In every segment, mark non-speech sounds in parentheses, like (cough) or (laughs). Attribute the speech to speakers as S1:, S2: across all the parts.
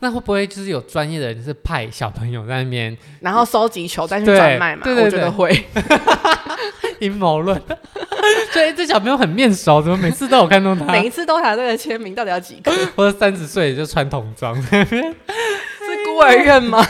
S1: 那会不会就是有专业的人是派小朋友在那边
S2: 然后收集球再去
S1: 对
S2: 转嗯卖嘛？
S1: 对对
S2: 我觉得
S1: 对
S2: 会，
S1: (laughs) 阴谋论？ (laughs) 所以这小朋友很面熟，怎么每次都有看到他？
S2: 每一次都查这个签名到底要几 (laughs) 个？
S1: 或者三十岁就穿童装，
S2: (laughs) 是孤儿院吗？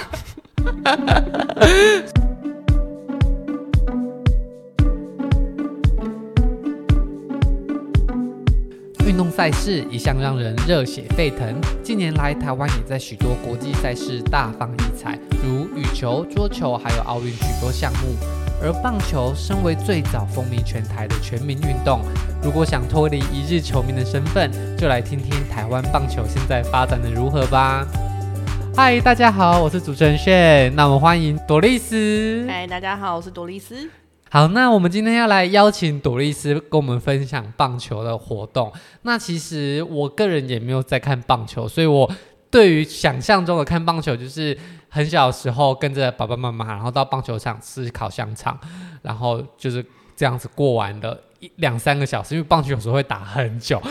S1: 运动赛事一向让人热血沸腾，近年来台湾也在许多国际赛事大放异彩，如羽球、桌球，还有奥运许多项目。而棒球身为最早风靡全台的全民运动，如果想脱离一日球迷的身份，就来听听台湾棒球现在发展的如何吧。嗨，大家好，我是主持人炫，那我们欢迎朵丽丝。
S2: 嗨，哎大家好，我是多丽丝。
S1: 好，那我们今天要来邀请朵丽丝跟我们分享棒球的活动。那其实我个人也没有在看棒球，所以我对于想象中的看棒球，就是很小的时候跟着爸爸妈妈，然后到棒球场吃烤香肠，然后就是这样子过完的一两三个小时，因为棒球有时候会打很久。 (laughs)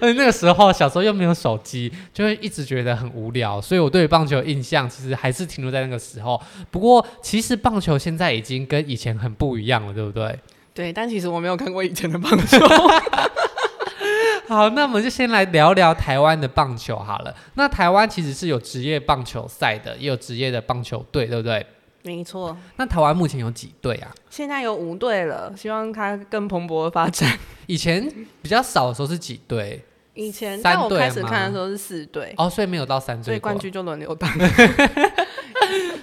S1: 而那个时候小时候又没有手机，就会一直觉得很无聊，所以我对于棒球的印象其实还是停留在那个时候。不过，其实棒球现在已经跟以前很不一样了，对不对？ (laughs)
S2: 对，但其实我没有看过以前的棒球。
S1: 好，那我们就先来聊聊台湾的棒球好了。那台湾其实是有职业棒球赛的，也有职业的棒球队，对不对？
S2: 没错，
S1: 那台湾目前有几队啊？
S2: 现在有五队了，希望它更蓬勃地发 (laughs) 展。
S1: 以前比较少的时候是几队？
S2: 以前
S1: 三
S2: 在我
S1: 队
S2: 开始
S1: 吗
S2: 看的时候是四队，
S1: 哦，所以没有到三
S2: 所
S1: 队
S2: 以
S1: 过。
S2: 冠军就轮流 (laughs) 打。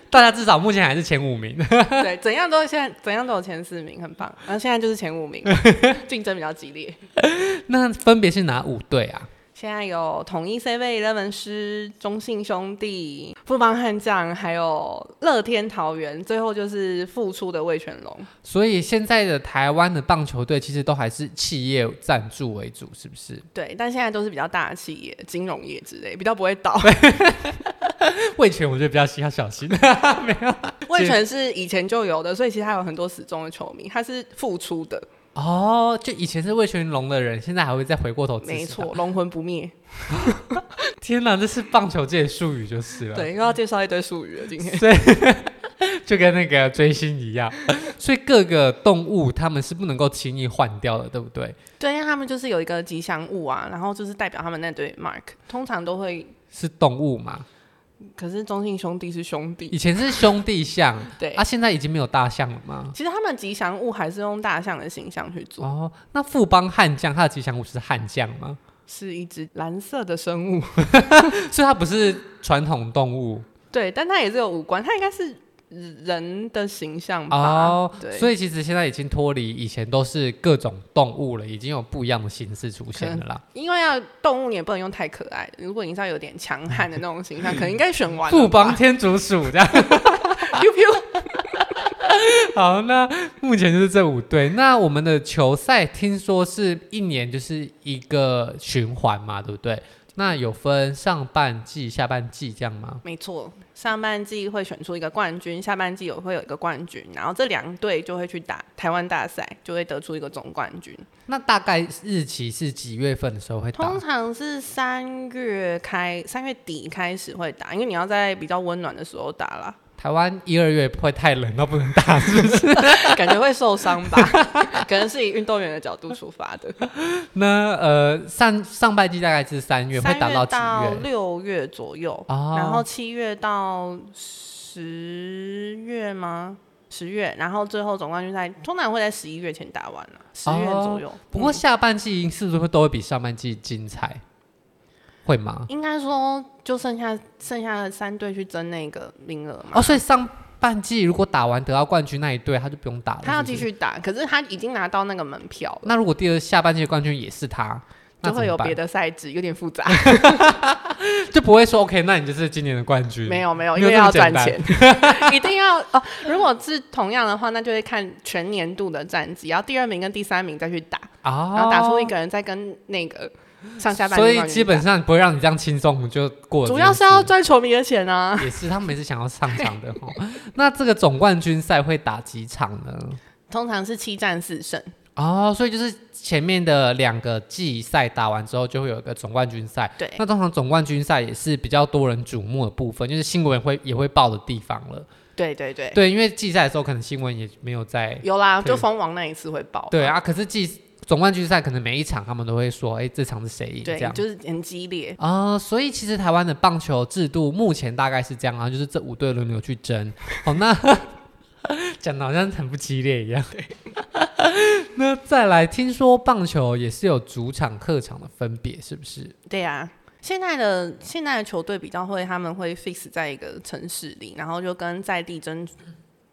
S1: 大家至少目前还是前五名。 (laughs)
S2: 对，怎样都现在怎样都有前四名，很棒。然后现在就是前
S1: (laughs)
S2: 五名，竞争比较激烈。
S1: 那分别是哪五队啊？
S2: 现在有统一 C V Eleven 师、中信兄弟、富邦悍将，还有乐天桃园，最后就是复出的魏全龙。
S1: 所以现在的台湾的棒球队其实都还是企业赞助为主，是不是？ (laughs)
S2: 对，但现在都是比较大的企业、金融业之类，比较不会 (laughs) 倒。
S1: 魏权我觉得比较需要小心，没有
S2: 魏全是以前就有的，所以其实他有很多死忠的球迷，他是复出 (laughs) 的，
S1: 哦，就以前是魏全龙的人，现在还会再回过头支持他
S2: 没错，。龙魂不灭。
S1: 天哪，这是棒球界的术语就是了。，
S2: 对，又啊要介绍一堆术语了，今天。
S1: 所以就跟那个追星一样，所以各个动物他们是不能够轻易换掉的，对不对？
S2: (laughs) 对，因为他们就是有一个吉祥物啊，然后就是代表他们那对 mark，通常都会。
S1: 是动物嘛？
S2: 嗯可是中信兄弟是兄弟，
S1: 以前是兄弟象，
S2: 对
S1: 啊，现在已经没有大象了吗？
S2: 其实他们吉祥物还是用大象的形象去做，
S1: 哦，那富邦悍将，它的吉祥物是悍将吗？
S2: 是一只蓝色的生物。 (laughs)
S1: 所以它不是传统动物
S2: 对，但它也是有五官，它应该是人的形象吧？
S1: 哦，
S2: 嗯对
S1: 所以其实现在已经脱离以前都是各种动物了，已经有不一样的形式出现了啦。
S2: 因为要动物也不能用太可爱的，如果你是要有点强悍的那种形象，可能应该选完了吧
S1: 富邦天竺鼠这样。
S2: ，Q Q。
S1: (laughs) 好，那目前就是这五队。那我们的球赛听说是一年就是一个循环嘛，对不对？那有分上半季、下半季这样吗？
S2: 没错，上半季会选出一个冠军，下半季有会有一个冠军，然后这两队就会去打台湾大赛，就会得出一个总冠军。
S1: 那大概日期是几月份的时候会打
S2: 通？常是三月开，三月底开始会打，因为你要在比较温暖的时候打啦，
S1: 台湾一二月不会太冷到不能打，是不是？
S2: (laughs) 感觉会受伤吧？ (laughs) 可能是以运动员的角度出
S1: (laughs)
S2: 发的。
S1: 那呃，上上半季大概是三月，会
S2: 三
S1: 打
S2: 月
S1: 到几
S2: 到
S1: 月？
S2: 六月左右，
S1: 哦
S2: 然后七月到十月吗？十月，然后最后总冠军赛通常会在十一月前打完了、十月左右。
S1: 哦不过
S2: 嗯
S1: 下半季是不是会都会比上半季精彩？会吗？
S2: 应该说就剩下剩下的三队去争那个名额嘛。
S1: 哦，所以上半季如果打完得到冠军那一队，他就不用打了。
S2: 他要
S1: 是不是
S2: 继续打，可是他已经拿到那个门票了，
S1: 那如果第二下半季的冠军也是他，那
S2: 就会有别
S1: 的，
S2: 的赛制，有点复杂。
S1: 就不会说 OK，那你就是今年的冠军。
S2: 没有没有，
S1: 嗯没有
S2: 因为
S1: 这么
S2: 要赚钱 (laughs)
S1: 简，
S2: 一定要哦。如果是同样的话，那就会看全年度的战绩，然后第二名跟第三名再去打，
S1: 啊，
S2: 然后打出一个人再跟那个上下半
S1: 所
S2: 年
S1: 以
S2: 冠军打。
S1: 基本上不会让你这样轻松就过了这件
S2: 主
S1: 事。
S2: 要是要赚球迷的钱啊。
S1: 也是他们每次想要上场的哦。那这个总冠军赛会打几场呢？
S2: 通常是七战四胜，
S1: 哦，所以就是前面的两个季赛打完之后，就会有一个总冠军赛。
S2: 对
S1: 那通常总冠军赛也是比较多人瞩目的部分，就是新闻会也会报的地方了。
S2: 对对对，
S1: 对，因为季赛的时候可能新闻也没有在。
S2: 有啦，
S1: 对
S2: 就蜂王那一次会爆。
S1: 对啊，可是季总冠军赛可能每一场他们都会说，哎、这场是谁赢这
S2: 对
S1: 样，。
S2: 就是很激烈。
S1: 啊、所以其实台湾的棒球制度目前大概是这样啊，就是这五队轮流去
S2: (laughs)
S1: 争。好，那 (laughs) 讲的好像很不激烈一样。 (laughs) 那再来，听说棒球也是有主场、客场的分别，是不是？
S2: 对啊，现在的现在的球队比较会，他们会 fix 在一个城市里，然后就跟在地争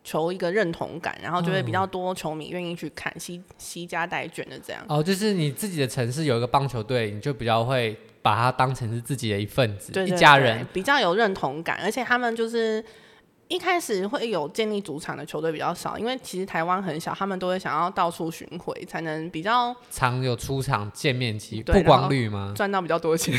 S2: 求一个认同感，然后就会比较
S1: 嗯
S2: 多球迷愿意去看，惜惜家带卷的这样。
S1: 哦，就是你自己的城市有一个棒球队，你就比较会把它当成是自己的一份子，
S2: 对对
S1: 一家
S2: 对
S1: 人。
S2: 比较有认同感，而且他们就是一开始会有建立主场的球队比较少，因为其实台湾很小，他们都会想要到处巡回，才能比较
S1: 常有出场见面机，
S2: 对
S1: 曝
S2: 然
S1: 光
S2: 后
S1: 率
S2: (laughs)
S1: 吗？
S2: 赚到比较多的钱。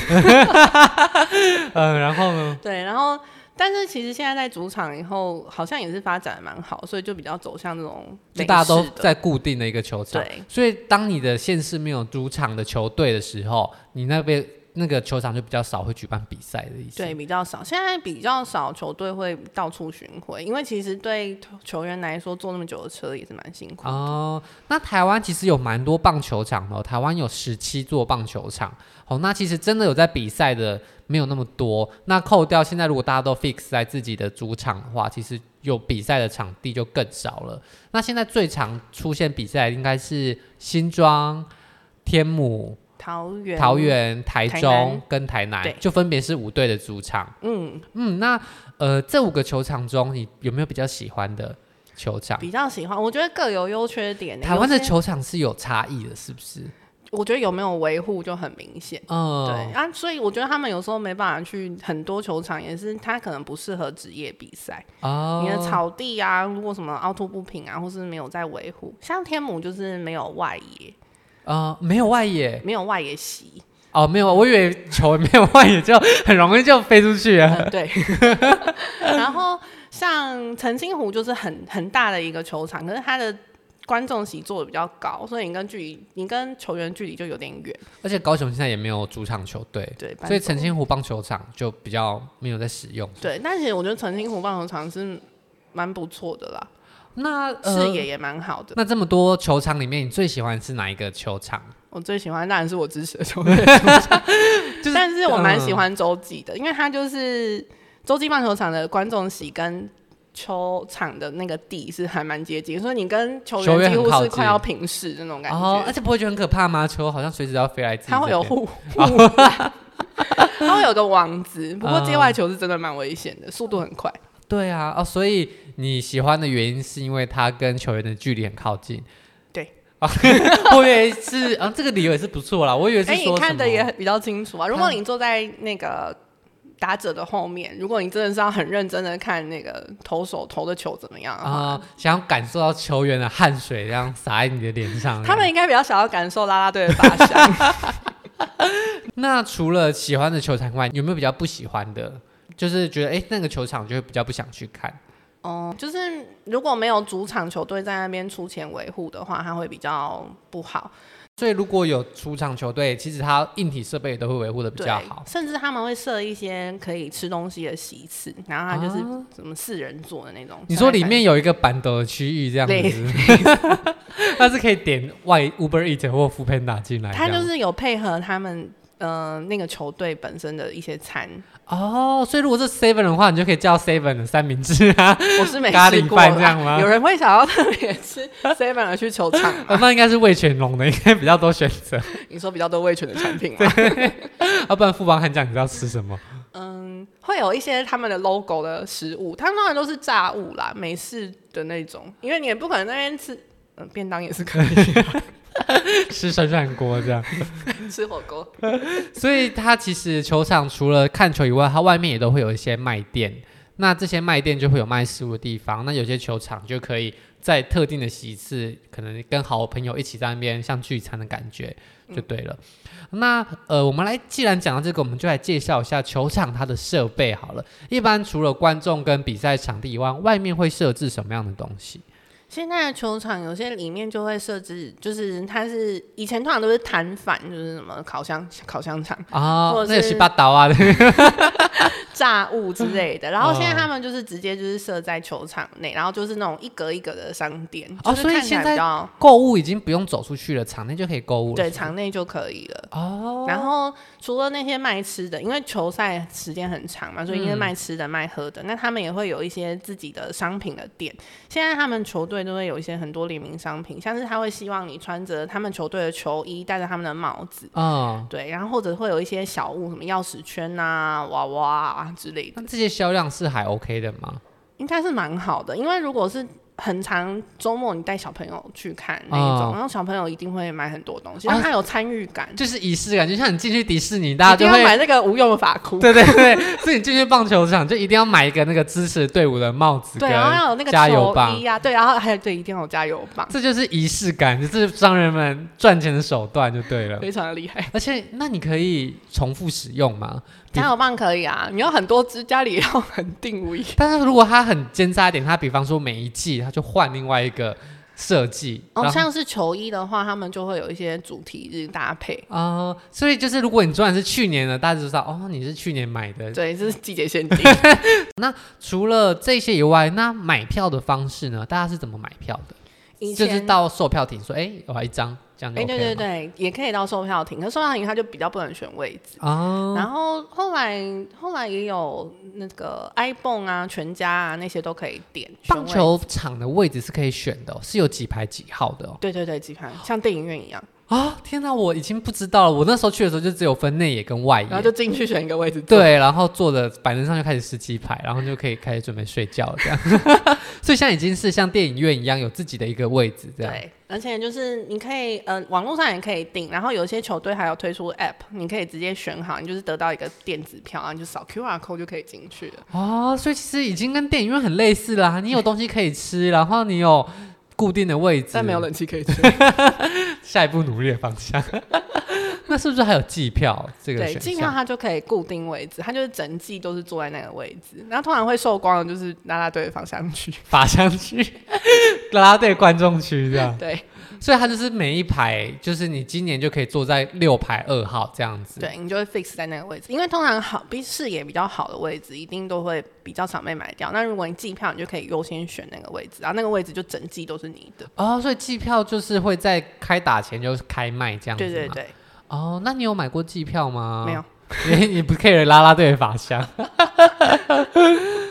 S1: 嗯，然后呢？
S2: 对，然后但是其实现在在主场以后，好像也是发展得蛮好，所以就比较走向这种
S1: 就
S2: 美
S1: 大家都
S2: 式的
S1: 在固定的一个球场。
S2: 对
S1: 所以，当你的县市没有主场的球队的时候，你那边那个球场就比较少会举办比赛的意思。
S2: 对比较少，现在比较少球队会到处巡回，因为其实对球员来说坐那么久的车也是蛮辛苦的。
S1: 哦，那台湾其实有蛮多棒球场的哦、台湾有十七座棒球场。哦，那其实真的有在比赛的没有那么多。那扣掉现在，如果大家都 fix 在自己的主场的话，其实有比赛的场地就更少了。那现在最常出现比赛应该是新庄、天母、
S2: 桃园，
S1: 桃，园、台
S2: 台
S1: 中
S2: 南
S1: 跟台南
S2: 对，
S1: 就分别是五队的主场。
S2: 嗯，
S1: 嗯，那呃，这五个球场中，你有没有比较喜欢的球场？
S2: 比较喜欢，我觉得各有优缺点。
S1: 啊台湾的
S2: 有些，
S1: 球场是有差异的，是不是？
S2: 我觉得有没有维护就很明显。
S1: 嗯，
S2: 对啊，所以我觉得他们有时候没办法去很多球场，也是他可能不适合职业比赛。
S1: 哦，
S2: 你的草地啊，如果什么凹凸不平啊，或是没有在维护，像天母就是没有外野，
S1: 啊、没有外野
S2: 没有外野席，
S1: 哦，没有，我以为球没有外野就很容易就飞出去啊。
S2: 呃、
S1: (laughs)
S2: 对。 (laughs) 然后像澄清湖就是很很大的一个球场，可是它的观众席坐的比较高，所以你跟距离，你跟球员距离就有点远。
S1: 而且高雄现在也没有主场球队，所以
S2: 对，搬走
S1: 澄清湖棒球场就比较没有在使用。
S2: 对，但其实我觉得澄清湖棒球场是蛮不错的啦，
S1: 那呃
S2: 视野也蛮好的。
S1: 那这么多球场里面，你最喜欢是哪一个球场？
S2: 我最喜欢当然是我支持的球队，
S1: (laughs) 就是
S2: 但是我蛮喜
S1: 嗯
S2: 欢洲际的，因为它就是洲际棒球场的观众席跟球场的那个地是还蛮接近，所以你跟球
S1: 球员
S2: 员几
S1: 很
S2: 乎
S1: 靠
S2: 是
S1: 近
S2: 快要平视那种感
S1: 哦，而
S2: 觉。
S1: 且不会觉得很可怕吗？球好像随时要飞来自己这
S2: 它
S1: 边，哦
S2: 会有护护栏，它会有个网子，不过
S1: 嗯
S2: 界外球是真的蛮危险的，速度很快。
S1: 对啊，哦，所以你喜欢的原因是因为他跟球员的距离很靠近。
S2: 对
S1: 啊， (laughs) 我以为是啊，这个理由也是不错啦。我以为是
S2: 哎，
S1: 说
S2: 你
S1: 什
S2: 看
S1: 么嗯
S2: 的也很比较清楚啊。如果你坐在那个打者的后面，如果你真的是要很认真的看那个投手投的球怎么样的话
S1: 啊、想要感受到球员的汗水这样洒在你的脸上。
S2: 他们应该比较想要感受啦啦队的发
S1: (laughs)
S2: 响。
S1: 那除了喜欢的球场外，有没有比较不喜欢的？就是觉得哎、那个球场就会比较不想去看。
S2: 哦、就是如果没有主场球队在那边出钱维护的话，它会比较不好。
S1: 所以如果有出场球队，其实它硬体设备都会维护的比
S2: 对
S1: 较好，。
S2: 甚至他们会设一些可以吃东西的席次，然后它就是什么四人座的那种。
S1: 啊你说里面有一个板斗的区域这样 (laughs)
S2: 对
S1: 子，那是可以点外 Uber Eat 或 f o o Panda 进来这
S2: 它
S1: 样。
S2: 就是有配合他们呃那个球队本身的一些
S1: (laughs)
S2: 餐，
S1: 哦，所以如果是 Seven 的话，你就可以叫 Seven 的三明治啊，
S2: 我是没
S1: 咖
S2: 吃
S1: 喱
S2: 过
S1: 饭
S2: 啦
S1: 这样吗
S2: 有人会想要特别吃 seven 而去球场
S1: 哦
S2: 吗？
S1: 那应该是味全龙的，应该比较多选择。
S2: 你说比较多味全的产品吗？
S1: 要、不然富邦悍将你知道吃什么？
S2: 嗯，会有一些他们的 logo 的食物，他们当然都是炸物啦，美式的那种，因为你也不可能在那边吃，嗯，便当也是可以
S1: 吃涮涮锅这样。
S2: 吃火锅，
S1: 所以它其实球场除了看球以外，它外面也都会有一些卖店。那这些卖店就会有卖食物的地方，那有些球场就可以在特定的席次，可能跟好朋友一起在那边像聚餐的感觉就对了。那呃，我们来既然讲到这个，我们就来介绍一下球场它的设备好了。一般除了观众跟比赛场地以外，外面会设置什么样的东西？
S2: 现在的球场有些里面就会设置，就是它是以前通常都是摊贩，就是什么烤箱烤箱厂、 (laughs)
S1: 啊
S2: 或，者
S1: 那个
S2: 是
S1: 西巴岛啊， (laughs) 对
S2: 炸物之类的。然后现在
S1: 哦
S2: 他们就是直接就是设在球场内，然后就是那种一格一格的商店，
S1: 哦
S2: 就是
S1: 所以
S2: 看起来
S1: 现在
S2: 比较
S1: 购物已经不用走出去了，场内就可以购物了。
S2: 对场内就可以了。
S1: 哦，
S2: 然后除了那些卖吃的，因为球赛时间很长嘛，所以因为卖吃的、卖喝的，那他们也会有一些自己的商品的店。现在他们球队都会有一些很多联名商品，像是他会希望你穿着他们球队的球衣，戴着他们的帽子，
S1: 嗯，
S2: 对，然后或者会有一些小物，什么钥匙圈啊、娃娃啊之类的，
S1: 那这些销量是还 OK 的吗？
S2: 应该是蛮好的。因为如果是很长周末，你带小朋友去看那一种，
S1: 哦
S2: 然后小朋友一定会买很多东西，
S1: 哦
S2: 让他有参与感。
S1: 就是仪式感，就像你进去迪士尼，大家
S2: 一定
S1: 就
S2: 要
S1: 会
S2: 买那个无用的发
S1: (laughs)
S2: 箍，
S1: 对对对， (laughs) 所以你进去棒球场就一定要买一个那个支持队伍的帽子，
S2: 对，然后要有那个
S1: 加油
S2: 球
S1: 棒
S2: 衣，啊，对，然后还有对，一定要有加油棒，
S1: 这就是仪式感，就是商人们赚钱的手段就对了。
S2: 非常的厉害。
S1: 而且，那你可以重复使用吗？
S2: (laughs) 加油棒可以啊，你要很多支，家里也要很定位。
S1: 但是如果它很奸诈一点，它比方说每一季它就换另外一个设计，
S2: 哦，
S1: 然后
S2: 像是球衣的话，他们就会有一些主题日搭配，
S1: 啊、所以就是如果你赚的是去年的，大家就知道哦，你是去年买的。
S2: 对，这是季节限定。
S1: (laughs) 除了这些以外，那买票的方式呢？大家是怎么买票的？
S2: 以
S1: 就
S2: 前
S1: 是到售票亭说，哎、我要一张，这样就
S2: 哎、
S1: OK
S2: 对
S1: 了
S2: 对
S1: 吗
S2: 对，也可以到售票亭，可是售票亭它就比较不能选位置。
S1: 哦，
S2: 然后后来后来也有那个 iPhone 啊、全家啊那些都可以点选
S1: 棒
S2: 位
S1: 球场的位置是可以选的哦、是有几排几号的哦。
S2: 对对对，几盘像电影院一样，
S1: 啊，天哪，我已经不知道了。我那时候去的时候就只有分内野跟外
S2: 然后
S1: 野，
S2: 就进去选一个位置坐。
S1: 对，然后坐的板凳上就开始吃鸡排，然后就可以开始准备睡觉了
S2: (laughs)
S1: 这样。所以现在已经是像电影院一样有自己的一个位置这样。
S2: 对，而且就是你可以，呃，网络上也可以订，然后有些球队还有推出 App，你可以直接选好，你就是得到一个电子票，然后你就扫 QR code 就可以进去了。
S1: 哦，所以其实已经跟电影院很类似啦。你有东西可以吃，然后你有固定的位置，
S2: 但没有冷气可以吹，
S1: 下一步努力的方向。 (laughs) 那是不是还有季票这个
S2: 对，
S1: 选
S2: 季票
S1: 项？
S2: 它就可以固定位置，它就是整季都是坐在那个位置，然后通常会售光的就是啦啦队的方向区。
S1: 法香区、 (laughs) 啦啦队观众区这样。
S2: 对
S1: 所以它就是每一排，就是你今年就可以坐在六排二号这样子。
S2: 对，你就会 fix 在那个位置，因为通常好，比视野比较好的位置，一定都会比较常被买掉。那如果你季票，你就可以优先选那个位置，然后那个位置就整季都是你的。
S1: 哦，所以季票就是会在开打前就开卖这样子。啊
S2: 对对。对，
S1: 哦，那你有买过季票吗？
S2: 没有。
S1: 你 (laughs) 你不 care 啦啦队的法箱。 (laughs)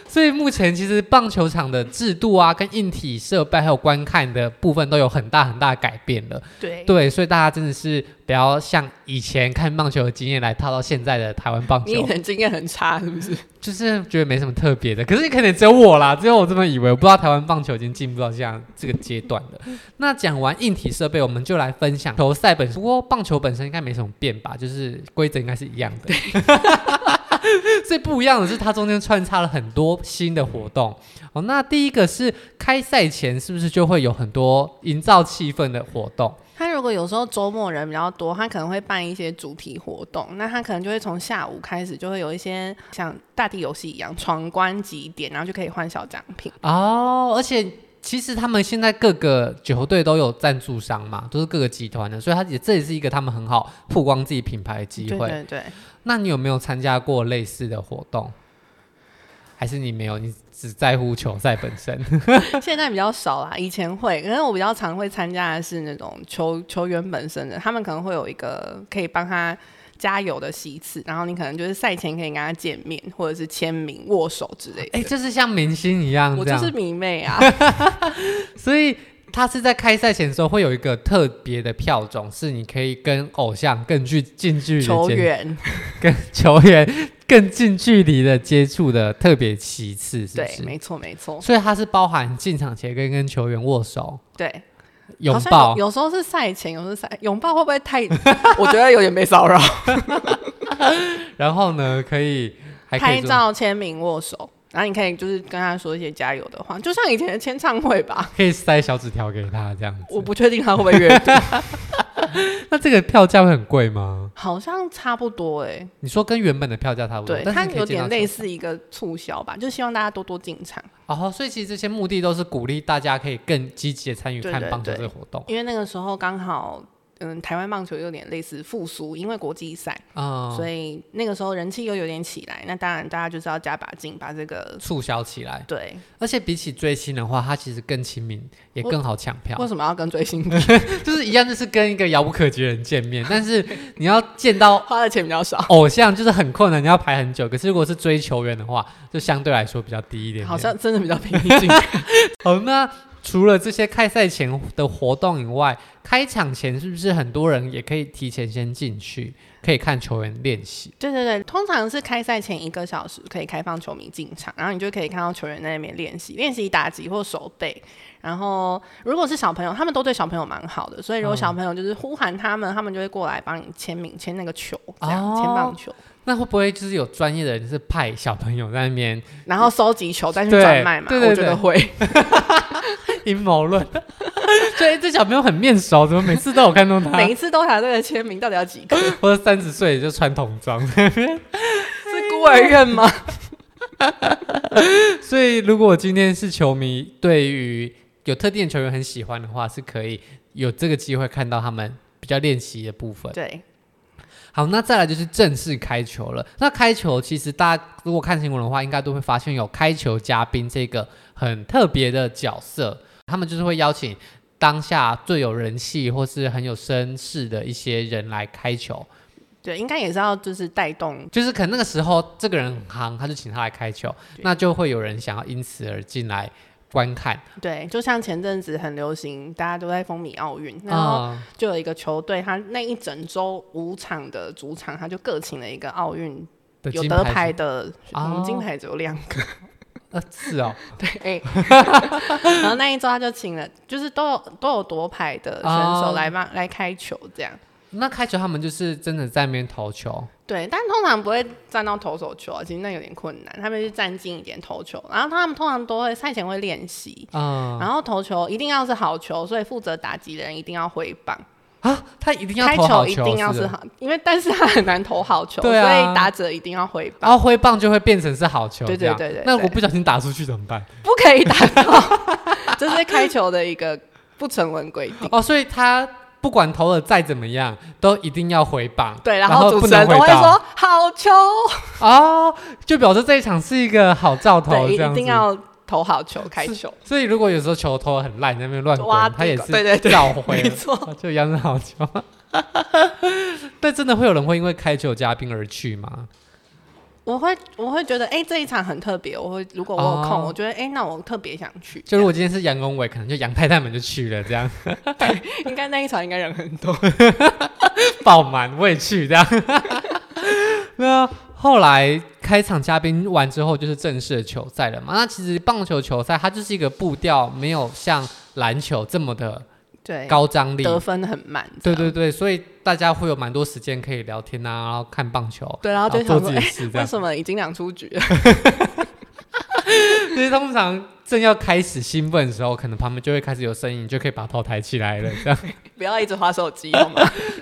S1: 所以目前其实棒球场的制度啊，跟硬体设备还有观看的部分都有很大很大的改变了。
S2: 对
S1: 对，所以大家真的是不要像以前看棒球的经验来套到现在的台湾棒
S2: 你以
S1: 球，
S2: 前经验很差，是不 (laughs) 是？
S1: 就是觉得没什么特别的。可是可能只有我啦，只有我这么以为，我不知道台湾棒球已经进步到这样这个阶段了。那讲完硬体设备，我们就来分享球赛本身。不过棒球本身应该没什么变吧，就是规则应该是一样的。最不一样的是，它中间穿插了很多新的活动哦。那第一个是开赛前是不是就会有很多营造气氛的活动？
S2: 他如果有时候周末人比较多，他可能会办一些主题活动，那他可能就会从下午开始，就会有一些像大地游戏一样闯关几点，然后就可以换小奖品。
S1: 哦，而且其实他们现在各个球队都有赞助商嘛，都是各个集团的，所以它也这也是一个他们很好曝光自己品牌的机
S2: 对
S1: 会。
S2: 对对，
S1: 那你有没有参加过类似的活动？还是你没有？你只在乎球赛本身？
S2: 现在比较少啦，以前会，可是我比较常会参加的是那种球球员本身的，他们可能会有一个可以帮他。加油的席次，然后你可能就是赛前可以跟他见面，或者是签名、握手之类的。
S1: (laughs) 哎、就是像明星一样
S2: 我
S1: 这
S2: 就
S1: 样。
S2: 是迷妹啊，
S1: 所以他是在开赛前的时候会有一个特别的票种，是你可以跟偶像更距近距离的
S2: 球
S1: 接
S2: 员。
S1: 跟球员更近距离的接触的特别其次，是不
S2: 对，
S1: 是？
S2: 没错没错，
S1: 所以它是包含进场前跟跟球员握手、
S2: 对。
S1: 拥
S2: 好像
S1: 抱
S2: 有，有时候是赛前，有时候是赛拥抱会不会
S1: (laughs)
S2: 太？我觉得有点被骚 (laughs) 扰。
S1: 然后呢，可以还可
S2: 拍
S1: 以做
S2: 照、签名、握手，然后你可以就是跟他说一些加油的话，就
S1: (laughs)
S2: 像以前的签唱会吧。
S1: 可以塞小纸条给他这样子。
S2: 我不确定他会不会阅读，
S1: 那这个票价会很贵吗？
S2: (laughs) 好像差不多哎、欸，
S1: 你说跟原本的票价差不多，
S2: 对，
S1: 但
S2: 它
S1: 是你可以
S2: 有
S1: 见
S2: 点
S1: 到
S2: 类
S1: 球
S2: 似一个促销吧，就希望大家多多进场，
S1: 哦，所以其实这些目的都是鼓励大家可以更积极的参与
S2: 对
S1: 看
S2: 对
S1: 棒球
S2: 对
S1: 这个活动
S2: 因为那个时候刚好。嗯，台湾棒球有点类似复苏，因为国际赛，
S1: 啊，
S2: 所以那个时候人气又有点起来。那当然，大家就是要加把劲，把这个
S1: 嗯促销起来。
S2: 对。
S1: 而且比起追星的话，它其实更亲民，也
S2: 我
S1: 更好抢票
S2: 为。什么要跟追星 (laughs) 比？
S1: 就是一样，就是跟一个遥不可及的人见面，但是你要见到
S2: 花的钱比较少，
S1: 偶像就是很困难，你要排很久。可是如果是追球员的话，就相对来说比较低一点点。
S2: 好像真的比较平易近人。
S1: 好，那除了这些开赛前的活动以外，开场前是不是很多人也可以提前先进去，可以看球员练习？
S2: 对对对，通常是开赛前一个小时可以开放球迷进场，然后你就可以看到球员在那边练习，练习打击或手背。然后如果是小朋友，他们都对小朋友蛮好的，所以如果
S1: 嗯
S2: 小朋友就是呼喊他们，他们就会过来帮你签名、签那个球，这样
S1: 哦
S2: 签棒球，
S1: 那会不会就是有专业的人是派小朋友在那边 (laughs)
S2: 然后收集球再去
S1: 对
S2: 转卖嘛？
S1: 对对
S2: 我觉
S1: 对 (laughs)
S2: 得会。
S1: 阴谋论？ (laughs) 所以这小朋友很面熟，怎么每次都有看到他？
S2: 每一次都打队的签名到底要几
S1: (laughs)
S2: 个？
S1: 或者三十岁就穿童装，
S2: 是孤儿
S1: (laughs)
S2: 院吗？
S1: 所以如果今天是球迷，对于有特定的球员很喜欢的话，是可以有这个机会看到他们比较练习的部分。
S2: 对，
S1: 好，那再来就是正式开球了。那开球其实大家如果看新闻的话，应该都会发现有开球嘉宾这个很特别的角色，他们就是会邀请当下最有人气或是很有声势的一些人来开球。
S2: 对，应该也是要就是带动
S1: 就是可能那个时候这个人很夯，他就请他来开球，
S2: 对
S1: 那就会有人想要因此而进来观看。
S2: 对，就像前阵子很流行，大家都在风靡奥运，然后
S1: 啊、
S2: 就有一个球队，他那一整周五场的主场，他就各请了一个奥运
S1: 的
S2: 有
S1: 金
S2: 得
S1: 牌
S2: 牌
S1: 是，
S2: 的，
S1: 哦
S2: 我们金牌只有两个，
S1: 呃，是哦，
S2: 对。哎 (laughs) 然后那一周他就请了，就是都有都有夺牌的选
S1: 哦
S2: 手来帮、来开球这样。
S1: 那开球他们就是真的在那边投球，
S2: 对，但通常不会站到投手球啊，其实那有点困难，他们是站近一点投球，然后他们通常都会赛前会练习，
S1: 啊、
S2: 然后投球一定要是好球，所以负责打击的人一定要挥棒。
S1: 啊，他一定要
S2: 开
S1: 投好
S2: 一定要
S1: 是不
S2: 是
S1: 是
S2: 好，因为但是他很难投好球，
S1: 对啊
S2: 所以打者一定要挥
S1: 然
S2: 棒，
S1: 后挥棒就会变成是好球，
S2: 对对
S1: 这样
S2: 对对
S1: 那如果
S2: 对
S1: 不小心打出去怎么办？
S2: 不可以打到，这是开球的一个不成文规定。
S1: 哦，所以他不管投的再怎么样，都一定要回棒。
S2: 对，然
S1: 然后
S2: 后主
S1: 不
S2: 持
S1: 能
S2: 人都
S1: 回
S2: 会
S1: 到
S2: 说好球，
S1: 哦，就表示这一场是一个好兆头，
S2: 对，
S1: 这样
S2: 一
S1: 子
S2: 定要投好球开球，
S1: 所以如果有时候球投得很烂，在那边乱
S2: 挖
S1: 滚，
S2: 地
S1: 他也
S2: 瓜
S1: 是
S2: 对对对
S1: 照挥
S2: 没
S1: 了，
S2: 错，
S1: 就一样是好球。 (laughs) 但真的会有人会因为开球嘉宾而去吗？
S2: (laughs) 我会我会觉得哎、这一场很特别，我会如果我有空，
S1: 哦
S2: 我觉得哎、那我特别想去，
S1: 就如果今天是杨恭伟，可能就杨太太们就去了，这样 (laughs)
S2: 应该那一场应该人很多，
S1: 爆满，我也去这样。 (laughs) 那后来开场嘉宾完之后，就是正式的球赛了嘛。那其实棒球球赛它就是一个步调没有像篮球这么的
S2: 对，
S1: 高张力，
S2: 得分很慢，
S1: 对对对，所以大家会有蛮多时间可以聊天啊，然后看棒球， (laughs)
S2: 对，然后就
S1: 做
S2: 想
S1: 自
S2: 说
S1: 己的
S2: 哎、
S1: 事这
S2: 为
S1: 样。
S2: 什么已经两出局了？ (laughs)
S1: 其实通常正要开始兴奋的时候，可能旁边就会开始有声音，你就可以把头抬起来了。这样，
S2: 不要一直划手机好吗？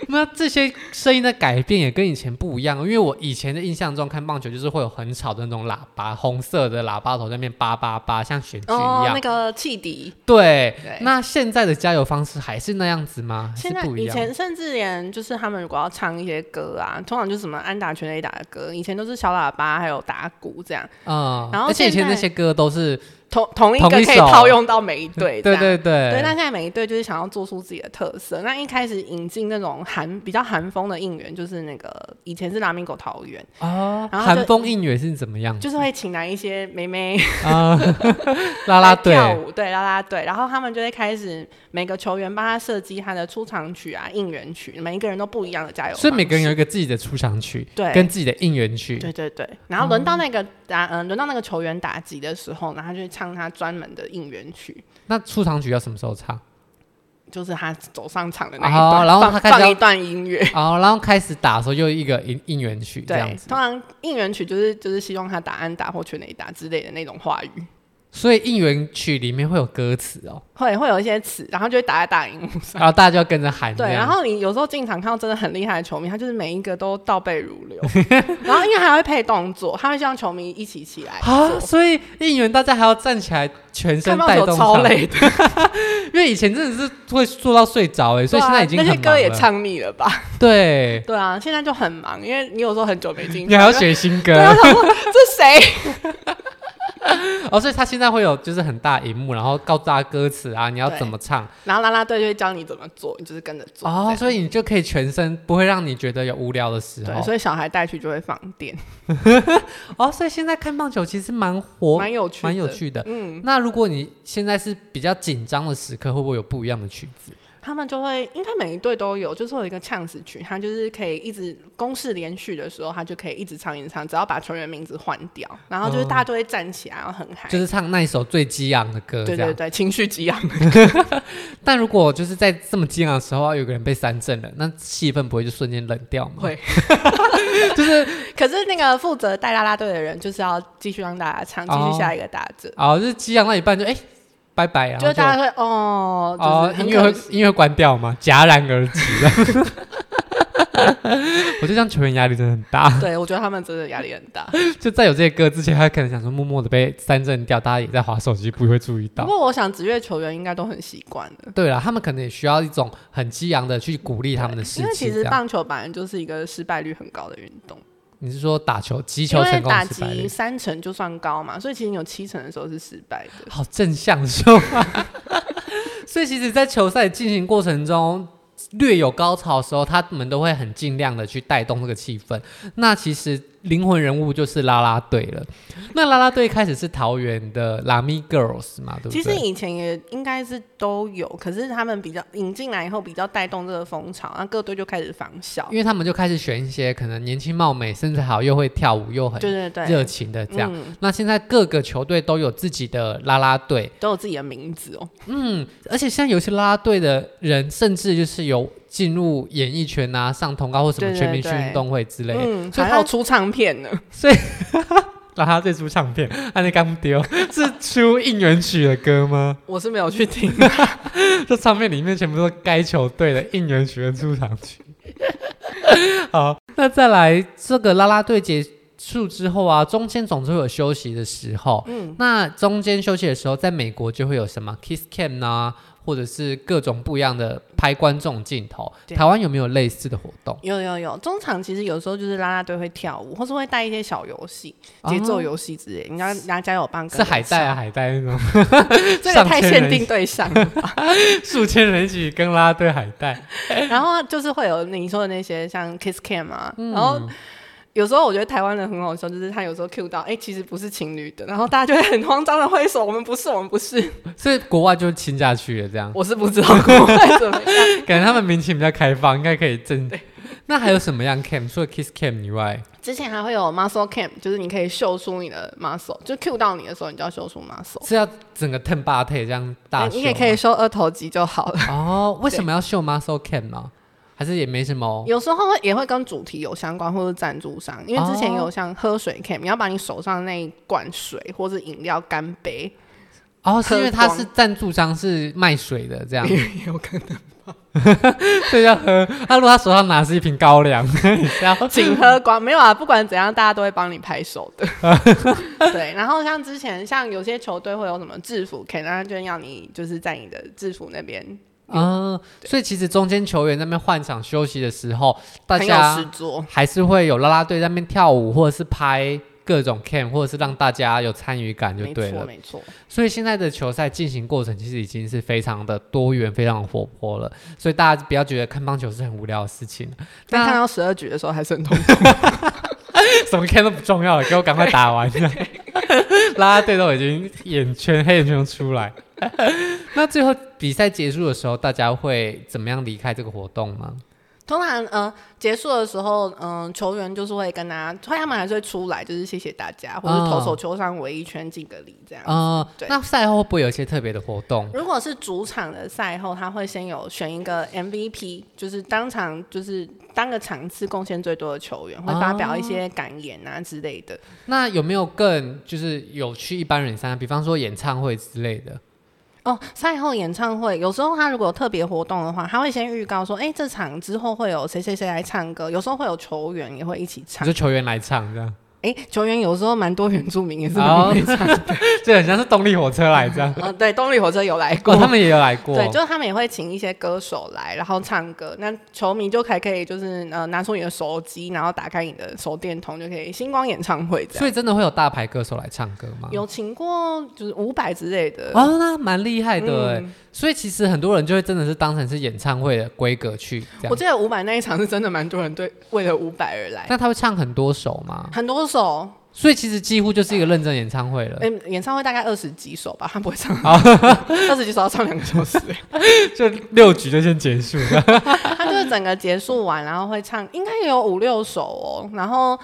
S1: 那这些声音的改变也跟以前不一样，因为我以前的印象中看棒球就是会有很吵的那种喇叭，红色的喇叭头在那边叭叭叭，像选 (laughs) 举一
S2: 哦，
S1: 样。
S2: 那个汽笛。
S1: 对，
S2: 对
S1: 那现在的加油方式还是那样子吗？还
S2: 现
S1: 是
S2: 在
S1: 不一
S2: 以
S1: 样。
S2: 前甚至连就是他们如果要唱一些歌啊，通常就是什么安打全垒打的歌，以前都是小喇叭还有打鼓这样，
S1: 嗯，
S2: 然后
S1: 而且以前
S2: 现
S1: 那
S2: 在
S1: 些歌都是
S2: 同同一个
S1: 同一首
S2: 可以套用
S1: (laughs)
S2: 到每一队
S1: 对
S2: 这样。
S1: 对对
S2: 对，那现在每一队就是想要做出自己的特色。那一开始引进那种韩比较韩风的应援，就是那个以前是拉米狗桃园，
S1: 哦，
S2: 然后
S1: 韩
S2: 就
S1: 风应援是怎么样？
S2: 就是会请来一些妹妹 (laughs)
S1: 啊，啦啦队
S2: 来跳舞，对啦啦队，然后他们就会开始每个球员帮他设计他的出场曲啊、应援曲，每一个人都不一样的加油方式。
S1: 所以每个人有一个自己的出场曲，
S2: 对
S1: 跟自己的应援曲。
S2: 对对对，然后轮到那个打，嗯、轮到那个球员打击的时候，然后他就唱他专门的应援曲，
S1: 那出场曲要什么时候
S2: (laughs)
S1: 唱？
S2: 就是他走上场的那一
S1: 哦
S2: 段，
S1: 然后
S2: 放
S1: 他开始要
S2: 放一段音乐。
S1: 好，哦然后开始打的时候又一个应应援曲这
S2: 对
S1: 样，子
S2: 通。常应援曲就是就是希望他打安打或全垒打之类的那种话语，
S1: 所以应援曲里面会有歌词
S2: (laughs)
S1: 哦，
S2: 会会有一些词，然后就会打在大荧幕上。
S1: 然后大家就要跟着喊这
S2: 对，
S1: 样。
S2: 然后你有时候进场看到真的很厉害的球迷，他就是每一个都倒背如流， (laughs) 然后因为还会配动作，他会让球迷一起起来
S1: 啊，
S2: 做。
S1: 所以应援大家还要站起来，全身
S2: 看棒
S1: 带
S2: 球
S1: 动
S2: 超
S1: 上，
S2: 累的，
S1: (laughs) 因为以前真的是会做到睡着哎、所以现在已经
S2: 对啊
S1: 很
S2: 那些歌也
S1: 忙了
S2: 唱腻了吧？
S1: 对，
S2: 对啊，现在就很忙，因为你有时候很久没进，
S1: 你还要。学新歌
S2: 对啊，我想说这谁？ (laughs)
S1: 哦，所以他现在会有就是很大荧幕，然后告诉大家歌词啊，你要
S2: 对
S1: 怎么唱
S2: 然后啦啦队就会教你怎么做，你就是跟着做。
S1: 哦，所
S2: 以
S1: 以你哦就可以全身不会让你觉得有无聊的时
S2: 对，
S1: 候
S2: 所以小孩带去就会放电，
S1: 哦，所以现在看棒球其实蛮活
S2: 蛮有趣，
S1: 蛮有。趣的。
S2: 嗯，
S1: 那如果你现在是比较紧张的时刻，会不会有不一样的曲子？
S2: 他们就会应该每一队都有，就是有一个呛死曲，它就是可以一直公式连续的时候，它就可以一直唱一直唱，只要把球员名字换掉，然后就是
S1: 哦
S2: 大家就会站起来，然后很嗨。
S1: 就是唱那一首最激昂的歌，这
S2: 对
S1: 样。
S2: 对对，情绪激昂。
S1: 但如果就是在这么激昂的时候，有个人被三振了，那气氛不会就瞬间冷掉吗？
S2: 会可是那个负责带啦啦队的人，就是要继续让大家唱，继
S1: 哦
S2: 续下一个打者，
S1: 哦，就是激昂到一半就哎、拜拜，然
S2: 就
S1: 后
S2: 是
S1: 就
S2: 大家会哦，
S1: 哦，
S2: 就是
S1: 音
S2: 很
S1: 乐
S2: 可
S1: 会
S2: 惜
S1: 音乐会关掉吗？戛然而止。 (laughs) 我就这样，球员压力真的很大。 (laughs)
S2: 对，我觉得他们真的压力很大。
S1: 就在有这些歌之前，他可能想说默默的被三振掉，大家也在划手机，不会注意
S2: 不
S1: 到。
S2: 过我想职业球员应该都很习惯了。
S1: 对了，他们可能也需要一种很激昂的去鼓励他们的士
S2: 因为
S1: 气。
S2: 其
S1: 这
S2: 实
S1: 样，
S2: 棒球本来就是一个失败率很高的运动，
S1: 你是说打球击
S2: 因
S1: 球
S2: 为
S1: 成功
S2: 打
S1: 的失败率
S2: 击三成就算高嘛，所以其实你有七成的时候是失败的。
S1: 好正向的说法。 (laughs) 所以其实，在球赛进行过程中，略有高潮的时候，他们都会很尽量的去带动这个气氛。那其实灵魂人物就是啦啦队了。那啦啦队开始是桃园的拉米 Girls 嘛，对
S2: 其
S1: 不
S2: 实
S1: 对？
S2: 以前也应该是都有，可是他们比较引进来以后比较带动这个风潮，然后各队就开始仿效。
S1: 因为他们就开始选一些可能年轻貌美、身材好、又会跳舞、又很
S2: 对对对，
S1: 热情的这样。
S2: 嗯，
S1: 那现在各个球队都有自己的啦啦队，
S2: 都有自己的名字哦。
S1: 嗯，而且现在有一些啦啦队的人，甚至就是有进入演艺圈啊，上通告或什么
S2: 对对
S1: 全明星
S2: 对
S1: 运动会之类的，
S2: 嗯，
S1: 所以
S2: 还
S1: 他
S2: 要出唱片
S1: (laughs)
S2: 呢。
S1: 所以。啦啦队啊出唱片，安尼刚丢 (laughs) 是出应援曲的歌吗？
S2: 我是没有去听，
S1: (laughs) 这唱片里面全部都是该球队的应援曲跟出场曲。 (laughs) 好，那再来这个啦啦队结束之后啊，中间总是会有休息的时候，
S2: 嗯，
S1: 那中间休息的时候，在美国就会有什么 kiss cam 啊，或者是各种不一样的拍观众镜头。
S2: 对
S1: 台湾有没有类似的活动？
S2: (laughs) 有有有，中场其实有时候就是啦啦队会跳舞，或是会带一些小游戏、节奏
S1: 哦
S2: 游戏之类，你要拿加油棒跟
S1: 是
S2: 着
S1: 海带啊，
S2: 唱，
S1: 海带那种，
S2: (laughs) 这个
S1: 上
S2: 太
S1: 千
S2: 限
S1: 人
S2: 定对
S1: (laughs)
S2: 象了。
S1: 数千人一起跟啦啦队海带。
S2: 然后就是会有你说的那些像 kiss cam 啊，
S1: 嗯
S2: 然后有时候我觉得台湾人很好笑，就是他有时候 cue 到，哎、其实不是情侣的，然后大家就会很慌张的挥手，我们不是，我们不
S1: (laughs)
S2: 是，
S1: 所以国外就亲下去了，这样
S2: 我是不知道国外怎么样。
S1: 感觉他们民情比较开放，应该可以正。那还有什么样 cam？除了 kiss cam 以外，
S2: 之前还会有 muscle cam，就是你可以秀出你的 muscle，就 cue 到你的时候，你就要秀出 muscle。
S1: 是要整个 turn b a t 这样大
S2: 哎
S1: 秀吗？
S2: 你也哦可以秀二头肌就好了。
S1: 哦。为什么要秀 muscle cam 呢？还是也没什么？
S2: 有时候也会跟主题有相关，或者赞助商，因为之前
S1: 哦
S2: 有像喝水 cam，你要把你手上那一罐水或者饮料干
S1: (laughs)
S2: 杯，
S1: 哦，是因为它
S2: 喝光
S1: 是赞助商是卖水的这样，
S2: 也 (laughs) 有可能，
S1: (laughs) 所以要喝。他如果他手上拿是一瓶高粱， (laughs) 你是要
S2: 请喝光没有啊，不管怎样，大家都会帮你拍手
S1: (laughs)
S2: 的。对，然后像之前像有些球队会有什么制服 cam，然后就要你就是在你的制服那边
S1: 嗯，所以其实中间球员在那边换场休息的时候，大
S2: 很有
S1: 家
S2: 事做，
S1: 还是会有啦啦队在那边跳舞，或者是拍各种 cam，或者是让大家有参与感就
S2: 没
S1: 对
S2: 错
S1: 了。
S2: 没错，
S1: 所以现在的球赛进行过程其实已经是非常的多元、非常活泼了。所以大家不要觉得看棒球是很无聊的事情。
S2: 但看
S1: 那
S2: 到十二局的时候还是很痛苦。
S1: (laughs) 什么 cam 都不重要了，给我赶快打 (laughs) 完。啦啦队都已经眼圈黑眼圈都出来。 (laughs) 那最后比赛结束的时候，大家会怎么样离开这个活动吗？
S2: 通常，嗯、结束的时候，嗯、球员就是会跟大家，他们还是会出来，就是谢谢大家，或者
S1: 哦
S2: 投手球上围一圈敬个礼这样。
S1: 呃，
S2: 对
S1: 那赛后会不会有一些特别的活动？
S2: 如果是主场的赛后，他会先有选一个 MVP，就是当场就是当个场次贡献最多的球员，会发表一些感言啊之类的。
S1: 那有没有更就是有去一般人参加，比方说演唱会之类的？
S2: 哦，赛后演唱会有时候他如果有特别活动的话，他会先预告说，哎、这场之后会有谁谁谁来唱歌，有时候会有球员也会一起
S1: 你
S2: 唱
S1: 说。球员来唱这样， (laughs)
S2: 哎、球员有时候蛮多原住民也是蛮
S1: 哦
S2: 会唱的。。
S1: 这很像是动力火车来这样
S2: 呃，对，动力火车有来哎
S1: (laughs)
S2: 过。
S1: 哦，他们也有来过。
S2: 对，就是他们也会请一些歌手来，然后唱歌。那球迷就还可以，就是呃，拿出你的手机，然后打开你的手电筒，就可以星光演唱会这
S1: 所
S2: 样。
S1: 以真的会有大牌歌手来唱歌吗？
S2: 有请过就是伍佰之类的，
S1: 哦，那蛮厉害的哎、
S2: 嗯
S1: 所以其实很多人就会真的是当成是演唱会的规格去这
S2: 我
S1: 样。
S2: 记得伍佰那一场是真的蛮多人对为了伍佰而来，
S1: 那他会唱很多首吗？
S2: 很多首，
S1: 所以其实几乎就是一个认真演唱会了，
S2: 哎、演唱会大概二十几首吧，他不会唱，
S1: 哦
S2: (laughs) 二十几首要唱两个小时、哎
S1: 就六局就先结
S2: (laughs)
S1: 束了。
S2: 他就是整个结束完，然后会唱，应该也有五六首哦。然后，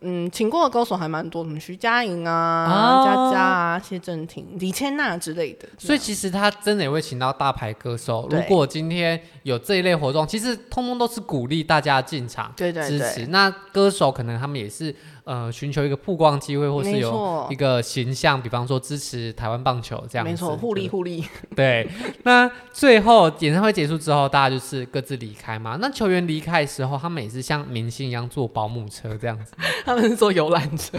S2: 嗯，请过的歌手还蛮多，什么徐佳莹啊、
S1: 哦
S2: 佳佳啊、谢震廷、李千娜之类的。
S1: 所以其实他真的也会请到大牌歌手。
S2: 对
S1: 如果今天有这一类活动，其实通通都是鼓励大家进场
S2: 嗯对对
S1: 支持。
S2: 对，
S1: 那歌手可能他们也是呃寻求一个曝光机会，或是
S2: 没
S1: 有
S2: 错
S1: 一，个形象，比方说支持台湾棒球这样子。
S2: 没错，互利互利。
S1: (laughs) 对，那最后演唱会结束之后，大家就是各自离开嘛。那球员离开的时候，他们也是像明星一样坐保姆车这样子， (laughs)
S2: 他们是坐游览车，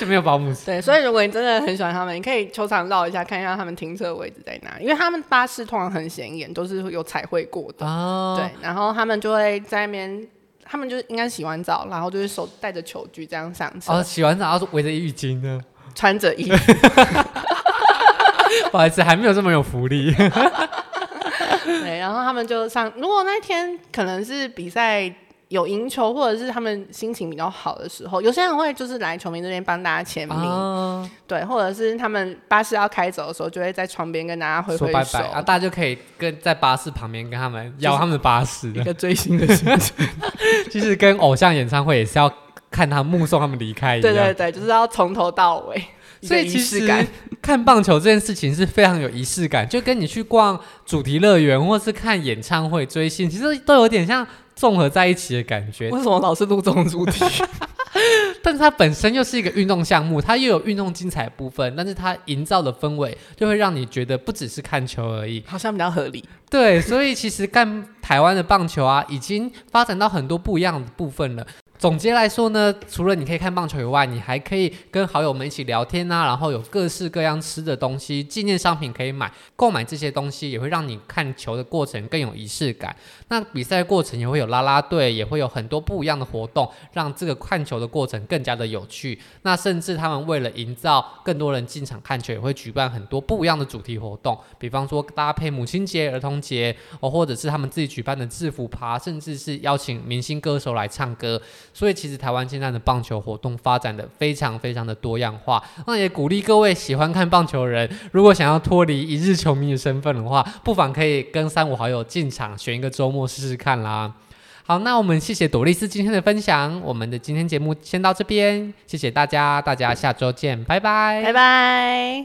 S1: 就没有保姆车。
S2: 对。所以如果你真的很喜欢他们，你可以球场绕一下，看一下他们停车位置在哪，因为他们巴士通常很显眼，都是有彩绘过的。
S1: 哦，
S2: 对，然后他们就会在那边，他们就是应该洗完澡，然后就是手带着球具这样上车，
S1: 哦，洗完澡要是围着浴巾呢， (laughs)
S2: 穿着衣服。
S1: 不好意思，还没有这么有福
S2: (laughs)
S1: 利。
S2: 对，然后他们就上。如果那天可能是比赛有赢球，或者是他们心情比较好的时候，有些人会就是来球迷这边帮大家签名，
S1: 哦，
S2: 对，或者是他们巴士要开走的时候，就会在窗边跟大家挥
S1: 说
S2: 挥
S1: 拜
S2: 手。
S1: 拜啊，大家就可以跟在巴士旁边跟他们要他们的巴士
S2: 一
S1: 的。
S2: 个最新的行 (laughs) 程，
S1: 其实跟偶像演唱会也是要看他目送他们离开一
S2: 对对
S1: 样。
S2: 对，就是要从头到尾，一
S1: 所
S2: 个
S1: 以
S2: 仪
S1: 其
S2: 式
S1: 实
S2: 感。 (laughs)
S1: 看棒球这件事情是非常有仪式感，就跟你去逛主题乐园或是看演唱会追星，其实都有点像综合在一起的感觉。
S2: 为什么老是录这种主题？
S1: 但是它本身又是一个运动项目，它又有运动精彩的部分，但是它营造的氛围就会让你觉得不只是看球而已。
S2: (laughs) 好像比较合理。
S1: 对，所以其实干台湾的棒球啊，已经发展到很多不一样的部分了。总结来说呢，除了你可以看棒球以外，你还可以跟好友们一起聊天啊，然后有各式各样吃的东西、纪念商品可以买，购买这些东西也会让你看球的过程更有仪式感。那比赛过程也会有啦啦队，也会有很多不一样的活动，让这个看球的过程更加的有趣。那甚至他们为了营造更多人进场看球，也会举办很多不一样的主题活动，比方说搭配母亲节、儿童节哦，或者是他们自己举办的制服趴，甚至是邀请明星歌手来唱歌。所以其实台湾现在的棒球活动发展的非常非常的多样化。那也鼓励各位喜欢看棒球的人，如果想要脱离一日球迷的身份的话，不妨可以跟三五好友进场选一个周末试试看啦。好，那我们谢谢朵丽丝今天的分享，我们的今天节目先到这边，谢谢大家，大家下周见，拜拜，
S2: 拜拜。